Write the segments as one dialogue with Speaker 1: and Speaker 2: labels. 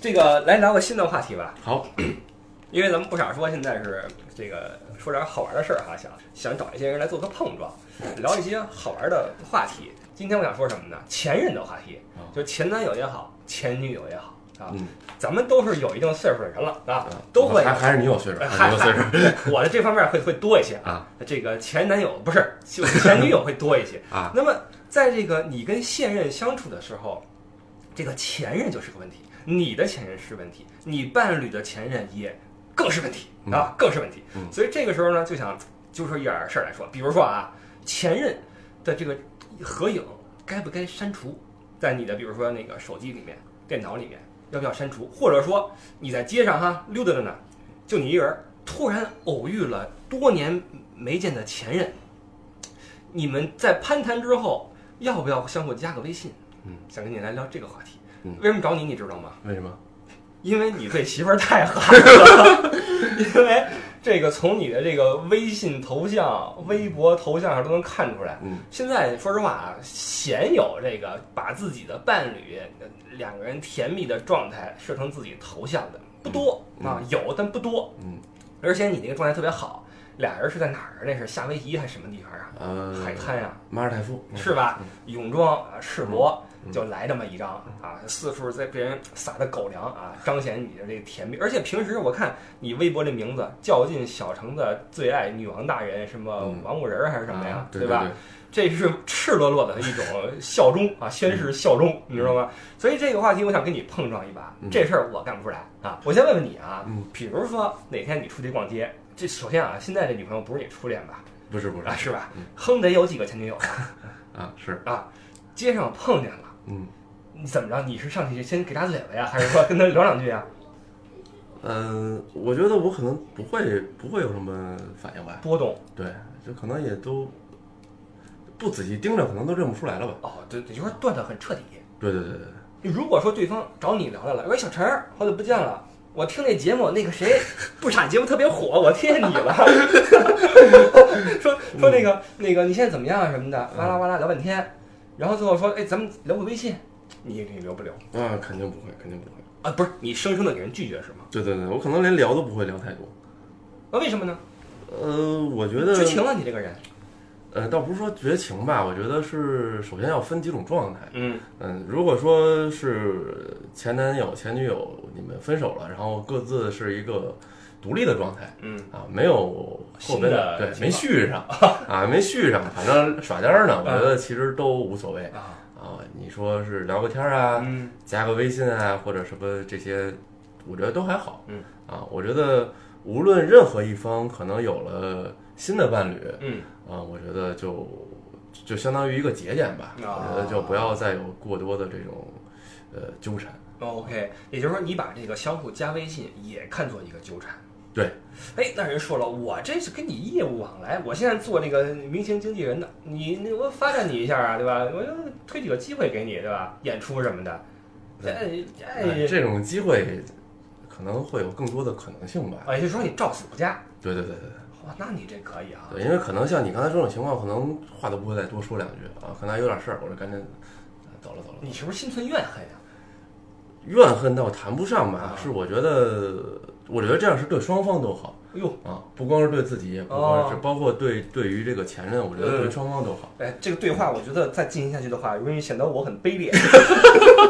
Speaker 1: 这个来聊个新的话题吧，
Speaker 2: 好，
Speaker 1: 因为咱们不傻说现在是这个说点好玩的事儿哈，想想找一些人来做个碰撞，聊一些好玩的话题。今天我想说什么呢？前任的话题
Speaker 2: 哦，
Speaker 1: 就前男友也好，前女友也好啊，
Speaker 2: 嗯
Speaker 1: 咱们都是有一定岁数的人了啊，都会
Speaker 2: 呃还还是你有岁数，还是你有岁数
Speaker 1: 对 我的这方面会会多一些
Speaker 2: 啊。
Speaker 1: 这个前男友不是就前女友会多一些
Speaker 2: 啊。
Speaker 1: 那么在这个你跟现任相处的时候，这个前任就是个问题，你的前任是问题，你伴侣的前任也更是问题
Speaker 2: 嗯
Speaker 1: 啊，更是问题。
Speaker 2: 嗯
Speaker 1: 所以这个时候呢，就想揪出一点事儿来说，比如说啊，前任的这个合影该不该删除，在你的比如说那个手机里面、电脑里面。要不要删除？或者说你在街上哈溜达着呢，就你一人儿，突然偶遇了多年没见的前任，你们在攀谈之后，要不要相互加个微信？
Speaker 2: 嗯，
Speaker 1: 想跟你来聊这个话题。
Speaker 2: 嗯
Speaker 1: 为什么找你，你知道吗？
Speaker 2: 为什么？
Speaker 1: 因为你对媳妇儿太好 了，因为这个从你的这个微信头像、微博头像上都能看出来。
Speaker 2: 嗯，
Speaker 1: 现在说实话啊，鲜有这个把自己的伴侣呃两个人甜蜜的状态设成自己头像的不多、
Speaker 2: 嗯
Speaker 1: 啊，有但不多。
Speaker 2: 嗯，
Speaker 1: 而且你那个状态特别好，俩人是在哪儿？啊那是夏威夷还是什么地方啊？
Speaker 2: 呃，
Speaker 1: 海滩呀、
Speaker 2: 马尔代夫
Speaker 1: 是吧？泳装啊，赤裸
Speaker 2: 嗯
Speaker 1: 就来这么一张啊，四处在被人撒的狗粮啊，彰显你的这个甜蜜。而且平时我看你微博这名字较劲小城的最爱女王大人，什么
Speaker 2: 嗯
Speaker 1: 王五仁儿还是什么呀
Speaker 2: 啊，对
Speaker 1: 对吧？？这是赤裸裸的一种效忠啊，宣誓效忠，你知道吗？所以这个话题我想跟你碰撞一把，
Speaker 2: 嗯
Speaker 1: 这事儿我干不出来啊。我先问问你啊
Speaker 2: 嗯，
Speaker 1: 比如说哪天你出去逛街，这首先啊，现在这女朋友不是你初恋吧？
Speaker 2: 不是不是
Speaker 1: 啊，是吧
Speaker 2: 嗯？
Speaker 1: 哼，得有几个前女友吧
Speaker 2: 啊，是
Speaker 1: 啊？街上碰见了，
Speaker 2: 嗯
Speaker 1: 你怎么着？你是上去先给他嘴巴呀，还是说跟他聊两句啊？
Speaker 2: 嗯，我觉得我可能不会不会有什么反应吧？
Speaker 1: 波动
Speaker 2: 对，就可能也都不仔细盯着，可能都认不出来了吧？
Speaker 1: 哦，对，也就是断的很彻底。
Speaker 2: 对对对对，
Speaker 1: 如果说对方找你聊聊了，喂，小陈儿，好久不见了。我听那节目，那个谁， 不傻节目特别火，我听见你了， 说说那个那个你现在怎么样啊什么的，哇啦哇啦聊半天，然后最后说，哎，咱们留个微信，你你留不留
Speaker 2: 对啊，肯定不会，肯定不会。
Speaker 1: 啊？不是，你生生的给人拒绝是吗？
Speaker 2: 对对对，我可能连聊都不会聊太多。
Speaker 1: 那啊为什么呢？
Speaker 2: 呃，我觉得
Speaker 1: 知情啊了你这个人，
Speaker 2: 呃，倒不是说绝情吧，我觉得是首先要分几种状态。
Speaker 1: 嗯
Speaker 2: 嗯，如果说是前男友、前女友你们分手了，然后各自是一个独立的状态
Speaker 1: 嗯，
Speaker 2: 啊，没有后
Speaker 1: 新
Speaker 2: 边
Speaker 1: 的
Speaker 2: 对
Speaker 1: 情
Speaker 2: 没
Speaker 1: 况
Speaker 2: 续上啊，没续上，反正耍单儿呢，我觉
Speaker 1: 嗯
Speaker 2: 得其实都无所谓
Speaker 1: 啊，
Speaker 2: 啊。你说是聊个天儿啊，
Speaker 1: 嗯
Speaker 2: 加个微信啊，或者什么这些，我觉得都还好。
Speaker 1: 嗯
Speaker 2: 啊，我觉得无论任何一方可能有了新的伴侣，
Speaker 1: 嗯，
Speaker 2: 啊，我觉得就就相当于一个节俭吧，
Speaker 1: 啊
Speaker 2: 我觉得就不要再有过多的这种呃纠缠。
Speaker 1: 哦 OK，也就是说你把这个相互加微信也看作一个纠缠。
Speaker 2: 对，
Speaker 1: 哎，那人说了，我这是跟你业务往来，我现在做那个明星经纪人的，你那我发展你一下啊，对吧？我就推几个机会给你，对吧？演出什么的，这
Speaker 2: 哎
Speaker 1: 哎，
Speaker 2: 这种机会可能会有更多的可能性吧。
Speaker 1: 啊，也就是说你照死不加，
Speaker 2: 对对对对
Speaker 1: 哇，那你这可以啊，
Speaker 2: 对，因为可能像你刚才这种情况，可能话都不会再多说两句啊，可能还有点事儿，我就赶紧呃走了走了。
Speaker 1: 你是不是心存怨恨呀、
Speaker 2: 怨恨倒谈不上
Speaker 1: 啊
Speaker 2: 吧，是我觉得，我觉得这样是对双方都好
Speaker 1: 哎呦，
Speaker 2: 啊，不光是对自己，也不光是
Speaker 1: 哦
Speaker 2: 包括对对于这个前任，我觉得对双方都好。
Speaker 1: 哎，这个对话我觉得再进行下去的话，容易显得我很卑劣。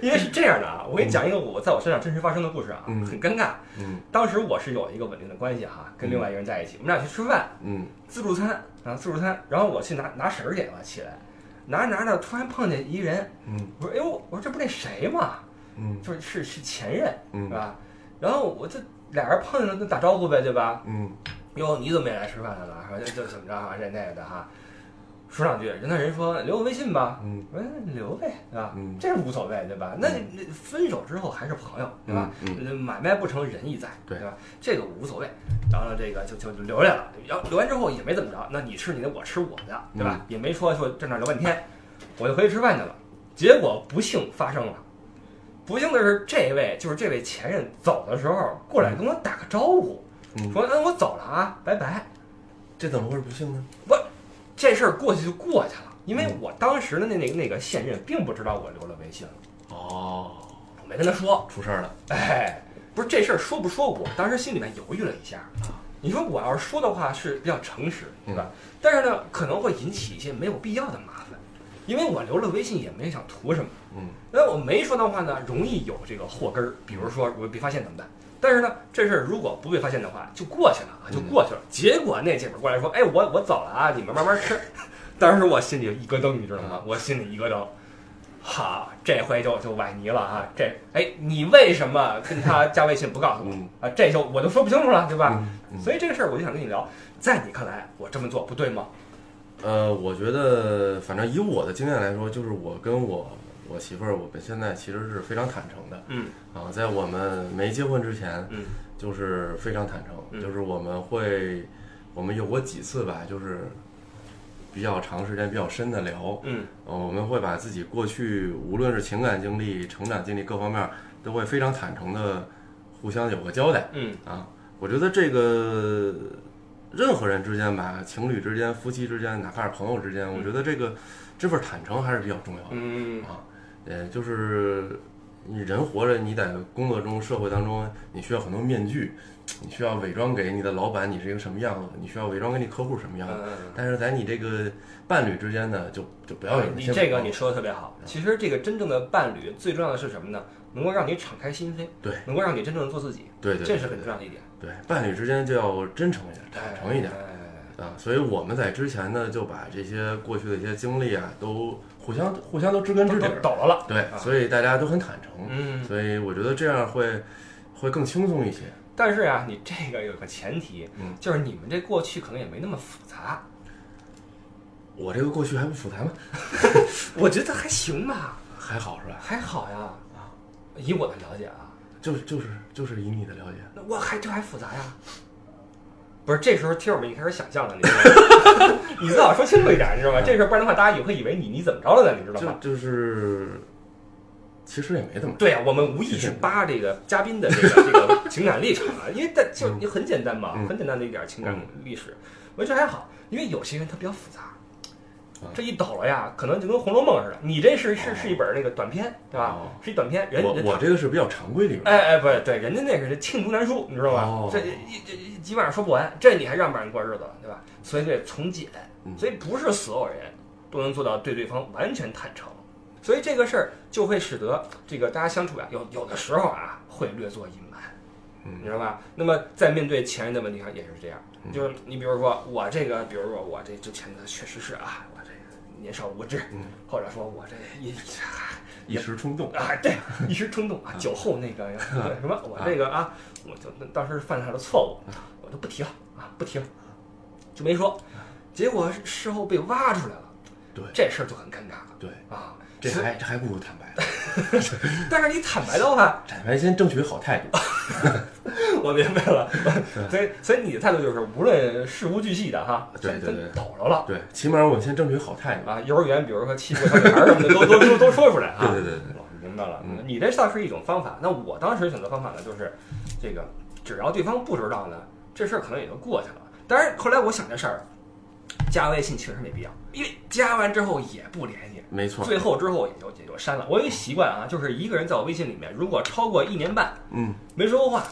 Speaker 1: 因为是这样的啊，我给你讲一个我在我身上真实发生的故事啊，
Speaker 2: 嗯
Speaker 1: 很尴尬。
Speaker 2: 嗯
Speaker 1: 当时我是有一个稳定的关系哈，跟另外一个人在一起，我们俩去吃饭，
Speaker 2: 嗯
Speaker 1: 自助餐啊，自助餐。然后我去拿拿绳儿去了，起来，拿着拿着，突然碰见一人，
Speaker 2: 嗯
Speaker 1: 我说：“哎呦，我说这不那谁嘛，
Speaker 2: 嗯
Speaker 1: 就是是是前任，是
Speaker 2: 嗯
Speaker 1: 吧？”然后我就俩人碰见了，那打招呼呗，对吧？
Speaker 2: 嗯
Speaker 1: 哟，你怎么也来吃饭来了？说这这怎么着啊？这那个的哈，说两句，人那人说留个微信吧，
Speaker 2: 嗯
Speaker 1: 我说留呗，对吧？
Speaker 2: 嗯
Speaker 1: 这无所谓，对吧？那那分手之后还是朋友，对吧？
Speaker 2: 嗯
Speaker 1: 买卖不成仁义在，
Speaker 2: 对
Speaker 1: 吧？这个无所谓。然后这个就就就留下来了，然后留完之后也没怎么着，那你吃你的，我吃我的，对
Speaker 2: 嗯
Speaker 1: 吧？也没说说在那儿聊半天，我就回去吃饭去了。结果不幸发生了，不幸的是这位就是这位前任走的时候过来跟我打个招呼，
Speaker 2: 嗯，
Speaker 1: 说嗯我走了啊，拜拜。
Speaker 2: 这怎么会是不幸呢？
Speaker 1: 这事儿过去就过
Speaker 2: 嗯
Speaker 1: 去没跟他说，
Speaker 2: 哦出事儿了，
Speaker 1: 哎，不是这事儿说不说我，当时心里面犹豫了一下。你说我要是说的话是比较诚实，对吧？但是呢，可能会引起一些没有必要的麻烦，因为我留了微信也没想图什么。
Speaker 2: 嗯，
Speaker 1: 那我没说的话呢，容易有这个祸根儿，比如说我被发现怎么办？但是呢，这事儿如果不被发现的话，就过去了啊，就过去了。 结果那姐们儿过来说：“哎，我我走了啊，你们慢慢吃。”当时我心里一咯噔，你知道吗？我心里一咯噔，好，这回就就崴泥了啊！这哎，你为什么跟他加微信不告诉
Speaker 2: 嗯
Speaker 1: 我啊？这就我就说不清楚了，对吧？
Speaker 2: 嗯嗯
Speaker 1: 所以这个事儿我就想跟你聊，在你看来，我这么做不对吗？
Speaker 2: 呃，我觉得反正以我的经验来说，就是我跟我我媳妇儿，我们现在其实是非常坦诚的
Speaker 1: 嗯
Speaker 2: 啊，在我们没结婚之前，
Speaker 1: 嗯
Speaker 2: 就是非常坦
Speaker 1: 嗯
Speaker 2: 诚，就是我们会，我们有过几次吧，就是比较长时间、比较深的聊，
Speaker 1: 嗯
Speaker 2: 呃，我们会把自己过去无论是情感经历、成长经历各方面儿，都会非常坦诚的互相有个交代
Speaker 1: 嗯
Speaker 2: 啊。我觉得这个任何人之间吧，情侣之间、夫妻之间，哪怕是朋友之间，我觉得这个这份坦诚还是比较重要的。
Speaker 1: 嗯
Speaker 2: 啊，呃，就是你人活着，你在工作中、社会当中，你需要很多面具，你需要伪装给你的老板你是一个什么样子，你需要伪装给你客户什么样子。
Speaker 1: 嗯。
Speaker 2: 但是在你这个伴侣之间呢，就就不要有
Speaker 1: 你
Speaker 2: 些嗯
Speaker 1: 这
Speaker 2: 伪
Speaker 1: 个
Speaker 2: 装
Speaker 1: 你说的特别好。其实这个真正的伴侣最重要的是什么呢？能够让你敞开心扉，
Speaker 2: 对，
Speaker 1: 能够让你真正的做自己，
Speaker 2: 对对，
Speaker 1: 这
Speaker 2: 对
Speaker 1: 是很
Speaker 2: 对
Speaker 1: 重要的一点。
Speaker 2: 对伴侣之间就要真诚一点，坦诚一点
Speaker 1: 哎。
Speaker 2: 啊。所以我们在之前呢，就把这些过去的一些经历啊，都互相互相都知根
Speaker 1: 都
Speaker 2: 知底
Speaker 1: 都
Speaker 2: 儿，
Speaker 1: 抖了。
Speaker 2: 对
Speaker 1: 啊，
Speaker 2: 所以大家都很坦诚，
Speaker 1: 嗯，
Speaker 2: 所以我觉得这样会会更轻松一些。
Speaker 1: 但是呀，你这个有个前提，
Speaker 2: 嗯
Speaker 1: 就是你们这过去可能也没那么复杂，
Speaker 2: 我这个过去还不复杂吗？
Speaker 1: 我觉得还行吧，
Speaker 2: 还好是吧？
Speaker 1: 还好呀。
Speaker 2: 啊
Speaker 1: 以我的了解啊，
Speaker 2: 就是就是就是以你的了解，
Speaker 1: 那我还这还复杂呀。不是，这时候听友们已经开始想象了，你知道吗？ 你最好说清楚一点，你知
Speaker 2: 嗯
Speaker 1: 道吗？这事儿不然的话，大家也会以为你你怎么着了呢，你知道吗
Speaker 2: 就？就是其实也没怎么。
Speaker 1: 对啊，我们无意去扒这个嘉宾的这个这个情感历程啊，因为但就你很简单嘛，
Speaker 2: 嗯
Speaker 1: 很简单的一点情感历史，我觉得还好，因为有些人他比较复杂
Speaker 2: 啊，
Speaker 1: 这一抖了呀，可能就跟《红楼梦》似的。你这是是
Speaker 2: 哦
Speaker 1: 是一本那个短篇，对吧
Speaker 2: 哦？
Speaker 1: 是一短篇，人
Speaker 2: 我
Speaker 1: 人
Speaker 2: 我这个是比较常规的一种，
Speaker 1: 哎哎，不是对，人家那个是罄竹难书，你知道吧
Speaker 2: 哦？
Speaker 1: 这一这一基本上说不完，这你还让不让人过日子了，对吧？所以得从简，
Speaker 2: 嗯
Speaker 1: 所以不是所有人都能做到对对方完全坦诚，所以这个事儿就会使得这个大家相处啊，有有的时候啊会略作隐瞒，你知
Speaker 2: 嗯
Speaker 1: 道吧？那么在面对前任的问题上也是这样，就是你比如说我这个，比如说我这之前的确实是啊，我这个年少无知，
Speaker 2: 嗯
Speaker 1: 或者说我这 也。
Speaker 2: 一时冲动，
Speaker 1: 啊，对，一时冲动啊，酒后那个什么，我这个啊，我就那当时犯下了错
Speaker 2: 嗯
Speaker 1: 误，我就不提了啊，不提了，就没说。结果是事后被挖出来了，
Speaker 2: 对
Speaker 1: 这事儿就很尴尬了
Speaker 2: 对，
Speaker 1: 啊。
Speaker 2: 这
Speaker 1: 所以
Speaker 2: 还这还不如坦白呢，
Speaker 1: 但是你坦白的话，
Speaker 2: 坦白先争取好态
Speaker 1: 啊
Speaker 2: 度，
Speaker 1: 我明白了。所以，所以你的态度就是，无论事无巨细的哈，
Speaker 2: 对对对
Speaker 1: 真抖着了
Speaker 2: 对，起码我们先争取好态度，
Speaker 1: 啊。幼儿园，比如说欺负小女孩儿什么的，都都都都说出来啊。
Speaker 2: 对对对对，
Speaker 1: 我明白了，
Speaker 2: 嗯
Speaker 1: 你这倒是一种方法。那我当时选择方法呢，就是这个，只要对方不知道呢，这事儿可能也就过去了。当然，后来我想这事儿，加微信确实没必要，因为加完之后也不联系，
Speaker 2: 没错，
Speaker 1: 最后之后也就也就删了。我有一习惯啊，就是一个人在我微信里面，如果超过一年半
Speaker 2: 嗯
Speaker 1: 没说过话，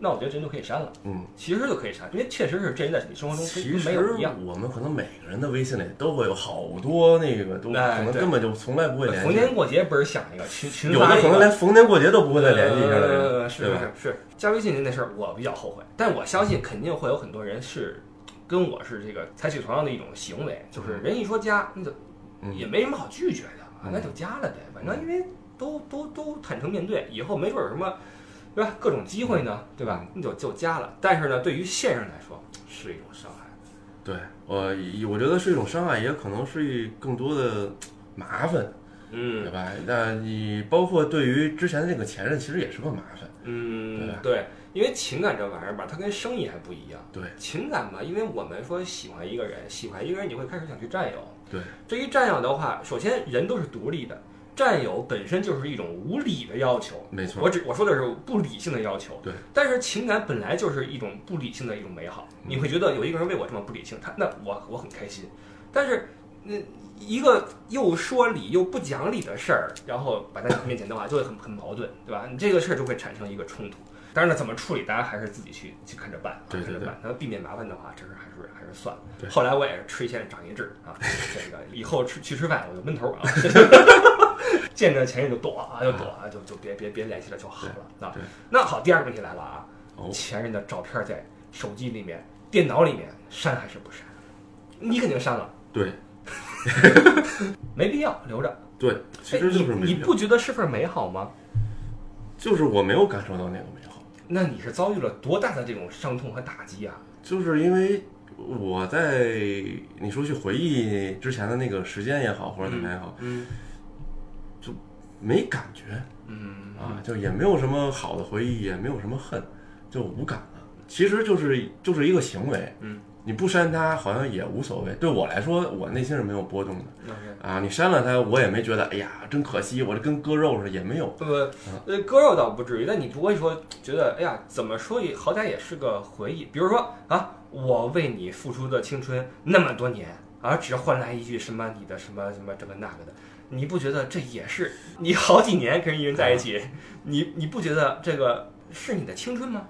Speaker 1: 那我觉得这人就可以删了，
Speaker 2: 嗯。
Speaker 1: 其实就可以删，因为确实是这人在你生活中
Speaker 2: 其
Speaker 1: 跟
Speaker 2: 实
Speaker 1: 没有一样。
Speaker 2: 我们可能每个人的微信里都会有好多那个，都可
Speaker 1: 哎
Speaker 2: 能
Speaker 1: 对呃
Speaker 2: 根本就从来不会联
Speaker 1: 逢
Speaker 2: 系，
Speaker 1: 年过节不是想一个群群
Speaker 2: 有
Speaker 1: 发
Speaker 2: 的
Speaker 1: 一
Speaker 2: 可
Speaker 1: 个
Speaker 2: 能连逢年过节都不会再联系一下的
Speaker 1: 呃
Speaker 2: 人，
Speaker 1: 是
Speaker 2: 对
Speaker 1: 是
Speaker 2: 吧？
Speaker 1: 是，加微信那事儿我比较后悔，但我相信肯定会有很多人是跟我是这个采取同样的一种行为，就是人一说加，那就
Speaker 2: 嗯
Speaker 1: 也没什么好拒绝的，啊
Speaker 2: 嗯
Speaker 1: 那就加了呗，反正因为都都都坦诚面对，以后没准儿有什么。对吧？各种机会呢，
Speaker 2: 嗯
Speaker 1: 对吧？那就就加了。但是呢，对于现任来说是一种伤害。
Speaker 2: 对，我以我觉得是一种伤害，也可能是一更多的麻烦，对
Speaker 1: 嗯
Speaker 2: 吧？那你包括对于之前的这个前任，其实也是个麻烦，对
Speaker 1: 嗯
Speaker 2: 吧，
Speaker 1: 对，因为情感这玩意儿吧，它跟生意还不一样。
Speaker 2: 对
Speaker 1: 情感嘛，因为我们说喜欢一个人，喜欢一个人，你会开始想去占有。
Speaker 2: 对，
Speaker 1: 至于占有的话，首先人都是独立的，占有本身就是一种无理的要求。
Speaker 2: 没错，
Speaker 1: 我只我说的是不理性的要求，
Speaker 2: 对。
Speaker 1: 但是情感本来就是一种
Speaker 2: 嗯
Speaker 1: 不理性的一种美好，你会觉得有一个人为我这么不理性，他那我我很开心。但是那一个又说理又不讲理的事儿，然后摆在你面前的话，就会很很矛盾，对吧？你这个事儿就会产生一个冲突。当然了，怎么处理，大家还是自己去去看着办，啊
Speaker 2: 对对
Speaker 1: 看着
Speaker 2: 对
Speaker 1: 办。那避免麻烦的话，这事儿还是还是算了。
Speaker 2: 对
Speaker 1: 后来我也是吃一堑长一智 啊，这个以后吃去吃饭我就闷头儿啊，啊 见着前任就躲啊，就躲啊，就就别别别联系了就好了啊
Speaker 2: 对。
Speaker 1: 那好，第二个问题来了啊，
Speaker 2: 哦，
Speaker 1: 前任的照片在手机里面、电脑里面删还是不删？你肯定删了，
Speaker 2: 对
Speaker 1: 没必要留着。
Speaker 2: 对，其实就是
Speaker 1: 哎你
Speaker 2: 没
Speaker 1: 你
Speaker 2: 必要，
Speaker 1: 不觉得是份美好吗？
Speaker 2: 就是我没有感受到那个美好，
Speaker 1: 那你是遭遇了多大的这种伤痛和打击啊？
Speaker 2: 就是因为我在你说去回忆之前的那个时间也好，或者怎么样也好，
Speaker 1: 嗯
Speaker 2: 没感觉
Speaker 1: 嗯
Speaker 2: 啊，就也没有什么好的回忆，也没有什么恨，就无感了。其实就是就是一个行为，
Speaker 1: 嗯，
Speaker 2: 你不删它好像也无所谓。对我来说，我内心是没有波动的。
Speaker 1: ，OK。
Speaker 2: 啊，你删了它，我也没觉得，哎呀，真可惜，我这跟割肉似的，也没有。
Speaker 1: 呃呃，割肉倒不至于，但你不会说觉得，哎呀，怎么说也好歹也是个回忆。比如说啊，我为你付出的青春那么多年，而、只换来一句什么你的什么什么这个那个的，你不觉得这也是你好几年跟一人在一
Speaker 2: 啊
Speaker 1: 起，你你不觉得这个是你的青春吗？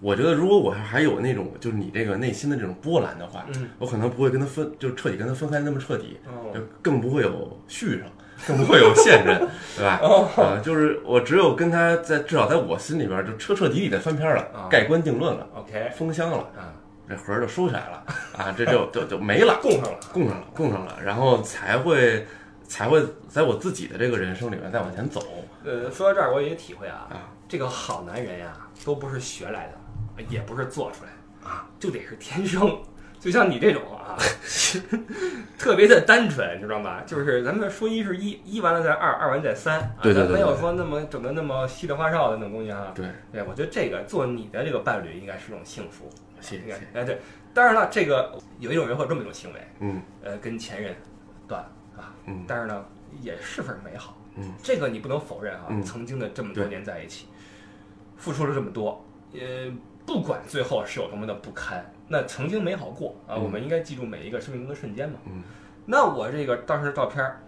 Speaker 2: 我觉得如果我还有那种，就是你这个内心的这种波澜的话，
Speaker 1: 嗯，
Speaker 2: 我可能不会跟他分，就彻底跟他分开那么彻底，
Speaker 1: 哦
Speaker 2: 就更不会有续上， 更不会有现任，对吧？
Speaker 1: 哦，
Speaker 2: 啊，就是我只有跟他在，至少在我心里边就彻彻底底的翻篇了，
Speaker 1: 啊
Speaker 2: 盖棺定论了，
Speaker 1: ，OK，
Speaker 2: 封箱了，
Speaker 1: 啊，
Speaker 2: 这盒儿就收起来了，啊， 这就就就没了。
Speaker 1: 供上了，
Speaker 2: 供上了，供上了，然后才会才会在我自己的这个人生里面再往前走
Speaker 1: 呃，说到这儿，我有一个体会啊，
Speaker 2: 啊
Speaker 1: 这个好男人呀、都不是学来的，呃也不是做出来的啊，就得是天生。就像你这种啊， 特别的单纯，你知道吧？就是咱们说一是一，一完了再二，二完再三，啊、
Speaker 2: 对对对
Speaker 1: 咱没有
Speaker 2: 对
Speaker 1: 说那么整的那么稀里花哨的那种东西啊。
Speaker 2: 对，
Speaker 1: 对，我觉得这个做你的这个伴侣应该是一种幸福，
Speaker 2: 谢
Speaker 1: 应
Speaker 2: 谢
Speaker 1: 该。哎对。当然了，这个有一种人会有这么一种行为，
Speaker 2: 嗯
Speaker 1: 呃，跟前任断啊，
Speaker 2: 嗯
Speaker 1: 但是呢，也是份美好。
Speaker 2: 嗯，
Speaker 1: 这个你不能否认啊，
Speaker 2: 嗯
Speaker 1: 曾经的这么多
Speaker 2: 对
Speaker 1: 年在一起，付出了这么多，呃，不管最后是有多么的不堪，那曾经美好过啊，
Speaker 2: 嗯
Speaker 1: 我们应该记住每一个生命中的瞬间嘛。
Speaker 2: 嗯，
Speaker 1: 那我这个当时的照片儿，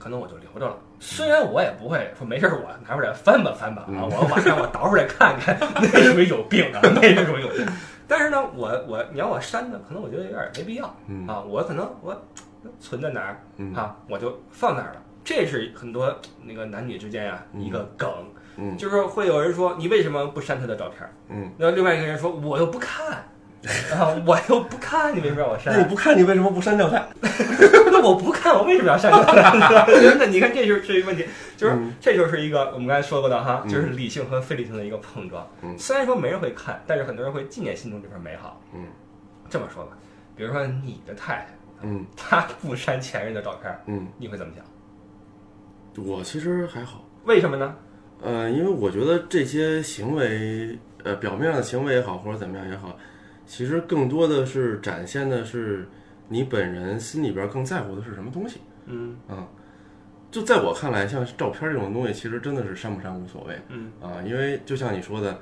Speaker 1: 可能我就留着了。
Speaker 2: 嗯
Speaker 1: 虽然我也不会说没事儿，我拿出来翻吧翻吧啊，
Speaker 2: 嗯
Speaker 1: 我晚上我倒出来看看，那是属于有病啊，那是属于有 病。但是呢，我我你要我删呢，可能我觉得有点儿没必要。
Speaker 2: 嗯
Speaker 1: 啊，我可能我存在哪儿
Speaker 2: 嗯
Speaker 1: 啊，我就放那儿了。这是很多那个男女之间呀、
Speaker 2: 嗯
Speaker 1: 一个梗，
Speaker 2: 嗯
Speaker 1: 就是会有人说你为什么不删他的照片儿？
Speaker 2: 嗯，
Speaker 1: 那另外一个人说我又不 看，啊，我又不看，你为什么让我
Speaker 2: 那你
Speaker 1: 删？啊
Speaker 2: 不看你为什么不删掉它？
Speaker 1: 那我不看，我为什么要删掉他？ 那你看，这就是这一个问题，就是、
Speaker 2: 嗯
Speaker 1: 这就是一个我们刚才说过的哈，
Speaker 2: 嗯
Speaker 1: 就是理性和非理性的一个碰撞。
Speaker 2: 嗯
Speaker 1: 虽然说没人会看，但是很多人会纪念心中这份美好。
Speaker 2: 嗯
Speaker 1: 这么说吧，比如说你的太太，
Speaker 2: 嗯
Speaker 1: 她不删前任的照片儿，
Speaker 2: 嗯，
Speaker 1: 你会怎么想？
Speaker 2: 我其实还好，
Speaker 1: 为什么呢？
Speaker 2: 呃，因为我觉得这些行为，呃，表面上的行为也好，或者怎么样也好，其实更多的是展现的是你本人心里边更在乎的是什么东西。
Speaker 1: 嗯
Speaker 2: 啊，就在我看来，像照片这种东西，其实真的是删不删无所谓。
Speaker 1: 嗯
Speaker 2: 啊，因为就像你说的，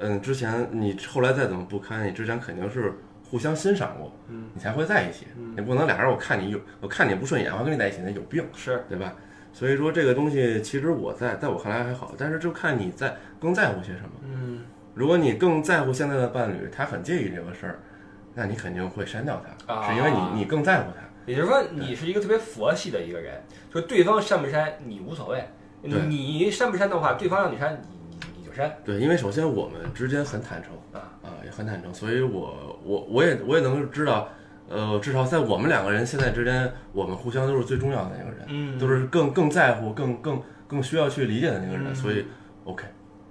Speaker 2: 嗯，之前你后来再怎么不堪，你之前肯定是互相欣赏过，
Speaker 1: 嗯，
Speaker 2: 你才会在一起。你不能俩人我看你有我看你不顺眼，我还跟你在一起，那有病，
Speaker 1: 是
Speaker 2: 对吧？所以说这个东西其实我在在我看来还好，但是就看你在更在乎些什么。
Speaker 1: 嗯
Speaker 2: 如果你更在乎现在的伴侣，他很介意这个事儿，那你肯定会删掉他，
Speaker 1: 啊
Speaker 2: 是因为你你更在乎他。
Speaker 1: 也就是说你是一个特别佛系的一个人，就是对方删不删你无所谓，
Speaker 2: 对
Speaker 1: 你删不删的话，对方让你删你你你就删
Speaker 2: 对，因为首先我们之间很坦诚
Speaker 1: 啊
Speaker 2: 啊，也很坦诚，所以我我我也我也能够知道，呃，至少在我们两个人现在之间，我们互相都是最重要的那个人，
Speaker 1: 嗯
Speaker 2: 都是更更在乎、更更更需要去理解的那个人，
Speaker 1: 嗯
Speaker 2: 所以 OK，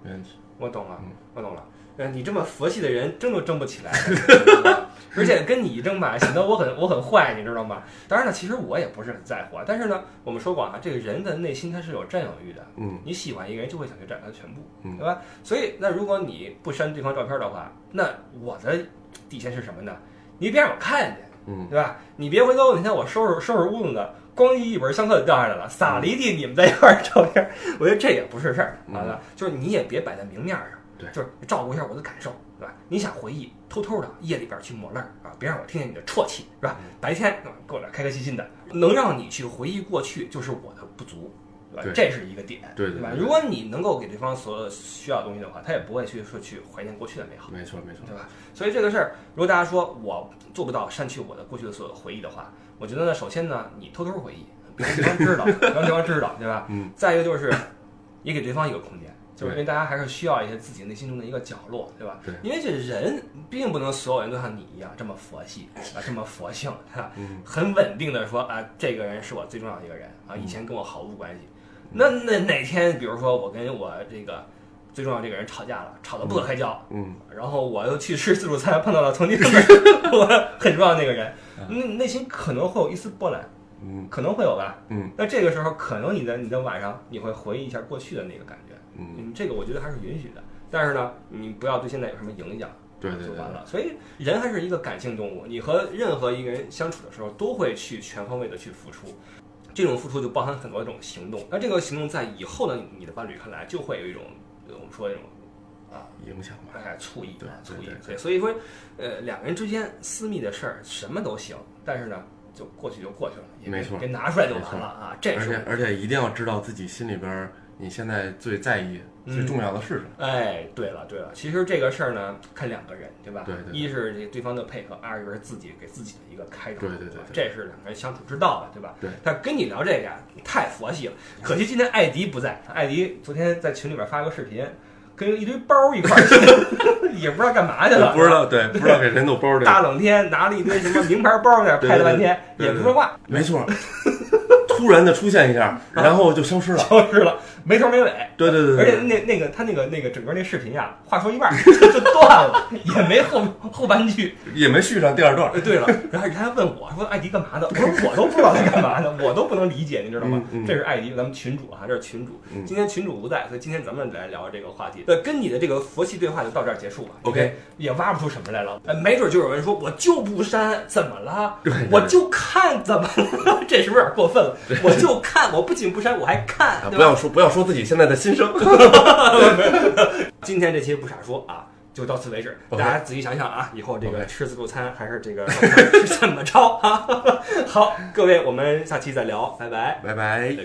Speaker 2: 没问题。
Speaker 1: 我懂了
Speaker 2: 嗯，
Speaker 1: 我懂了。呃，你这么佛系的人，争都争不起 来，对吧而且跟你一争吧，显得我很我很坏，你知道吗？当然了，其实我也不是很在乎啊。但是呢，我们说过啊，这个人的内心他是有占有欲的，
Speaker 2: 嗯
Speaker 1: 你喜欢一个人就会想去占他的全部，
Speaker 2: 嗯
Speaker 1: 对吧？所以那如果你不删对方照片的话，那我的底线是什么呢？你别让我看见，
Speaker 2: 嗯，
Speaker 1: 对吧？你别回头哪天我收拾收拾屋子呢，咣叽一本相册就掉下来了，撒了一地你们在一块儿的照片，我觉得这也不是事儿，
Speaker 2: 嗯
Speaker 1: 好了，就是你也别摆在明面上。
Speaker 2: 对
Speaker 1: 就是照顾一下我的感受，对吧？你想回忆，偷偷的夜里边去抹泪儿啊，别让我听见你的啜泣，是
Speaker 2: 嗯
Speaker 1: 吧？白天啊过来开开心心的，能让你去回忆过去，就是我的不足，对吧？
Speaker 2: 对
Speaker 1: 这是一个点，
Speaker 2: 对对
Speaker 1: 吧？
Speaker 2: 对
Speaker 1: 如果你能够给对方所有需要的东西的话，他也不会去说去怀念过去的美好。
Speaker 2: 没错没错，
Speaker 1: 对吧？所以这个事儿，如果大家说我做不到删去我的过去的所有的回忆的话，我觉得呢，首先呢，你偷偷回忆，别让对方 知道，别让对方知道，对吧？
Speaker 2: 嗯。
Speaker 1: 再一个就是，也给对方一个空间，就是因
Speaker 2: 对
Speaker 1: 为大家还是需要一些自己内心中的一个角落，对吧？
Speaker 2: 对
Speaker 1: 因为这人并不能所有人都像你一样这么佛系啊，这么佛性，对吧？
Speaker 2: 嗯，
Speaker 1: 很稳定的说啊，这个人是我最重要的一个人啊，
Speaker 2: 嗯
Speaker 1: 以前跟我毫无关系。那那哪天，比如说我跟我这个最重要的这个人吵架了，吵得不可开交，
Speaker 2: 嗯，
Speaker 1: 然后我又去吃自助餐，碰到了曾 经我很重要的那个人，那内心可能会有一丝波澜，
Speaker 2: 嗯，
Speaker 1: 可能会有吧。
Speaker 2: 嗯，
Speaker 1: 那这个时候可能你在你的晚上，你会回忆一下过去的那个感觉，
Speaker 2: 嗯，
Speaker 1: 嗯，这个我觉得还是允许的。但是呢，你不要对现在有什么影响，
Speaker 2: 对对
Speaker 1: 就
Speaker 2: 对
Speaker 1: 完，了。所以人还是一个感性动物，你和任何一个人相处的时候，都会去全方位的去付出。这种付出就包含很多种行动，那这个行动在以后的你的伴侣看来，就会有一种呃我们说那种啊
Speaker 2: 影响吧，
Speaker 1: 哎，醋意
Speaker 2: 对
Speaker 1: 啊，醋
Speaker 2: 对
Speaker 1: 意
Speaker 2: 对。
Speaker 1: 对，所以说，呃，两个人之间私密的事儿什么都行，但是呢，就过去就过去了，也别
Speaker 2: 没错
Speaker 1: 别拿出来就
Speaker 2: 没
Speaker 1: 完
Speaker 2: 错
Speaker 1: 了啊。这
Speaker 2: 而且
Speaker 1: 是
Speaker 2: 而且一定要知道自己心里边儿你现在最在意、
Speaker 1: 嗯
Speaker 2: 最重要的是什 么。
Speaker 1: 哎，对了对了，其实这个事儿呢，看两个人，对吧？
Speaker 2: 对对对
Speaker 1: 一是这对方的配合，二一个是自己给自己的一个开导，
Speaker 2: 对对对
Speaker 1: 吧
Speaker 2: 对
Speaker 1: 这是两个人相处之道吧，对吧？
Speaker 2: 对。
Speaker 1: 但跟你聊这个呀，你太佛系了。可惜今天艾迪不在，艾迪昨天在群里边发个视频，跟一堆包儿一块儿去， 也不知道干嘛去了，
Speaker 2: 不知道对，不知道给谁弄包儿这
Speaker 1: 大
Speaker 2: 个，
Speaker 1: 冷天拿了一堆什么名牌包在那儿
Speaker 2: 对
Speaker 1: 拍了半天，
Speaker 2: 对对对
Speaker 1: 也不说话，
Speaker 2: 没错，突然的出现一下，然后就消失了。
Speaker 1: 消失了，没头没尾。
Speaker 2: 对对对
Speaker 1: 而且
Speaker 2: 对，
Speaker 1: 那那个他那个那个整个那视频呀、话说一半儿就断了，也没后后半句。
Speaker 2: 也没续上第二段。
Speaker 1: 呃对了，然后人家问我说艾迪干嘛呢？我说我都不知道他干嘛呢，我都不能理解，你知道吗？
Speaker 2: 嗯嗯
Speaker 1: 这是艾迪，咱们群主啊，这是群主。
Speaker 2: 嗯
Speaker 1: 今天群主不在，所以今天咱们来聊这个话题。那跟你的这个佛系对话就到这儿结束吧。
Speaker 2: OK
Speaker 1: 因为也挖不出什么来了。呃，没准就有人说我就不删，怎么了？
Speaker 2: 对对
Speaker 1: 我就看怎么了？ 这是不是有点过分了？我就看，我不仅不删，我还看
Speaker 2: 啊，，
Speaker 1: 对
Speaker 2: 不
Speaker 1: 吧？
Speaker 2: 要说不要说自己现在的心声。
Speaker 1: 今天这期不傻说啊，就到此为止。大
Speaker 2: OK
Speaker 1: 家仔细想想啊，以后这个
Speaker 2: OK
Speaker 1: 吃自助餐还是这个 是怎么着啊？好，各位，我们下期再聊，拜拜。
Speaker 2: 拜拜。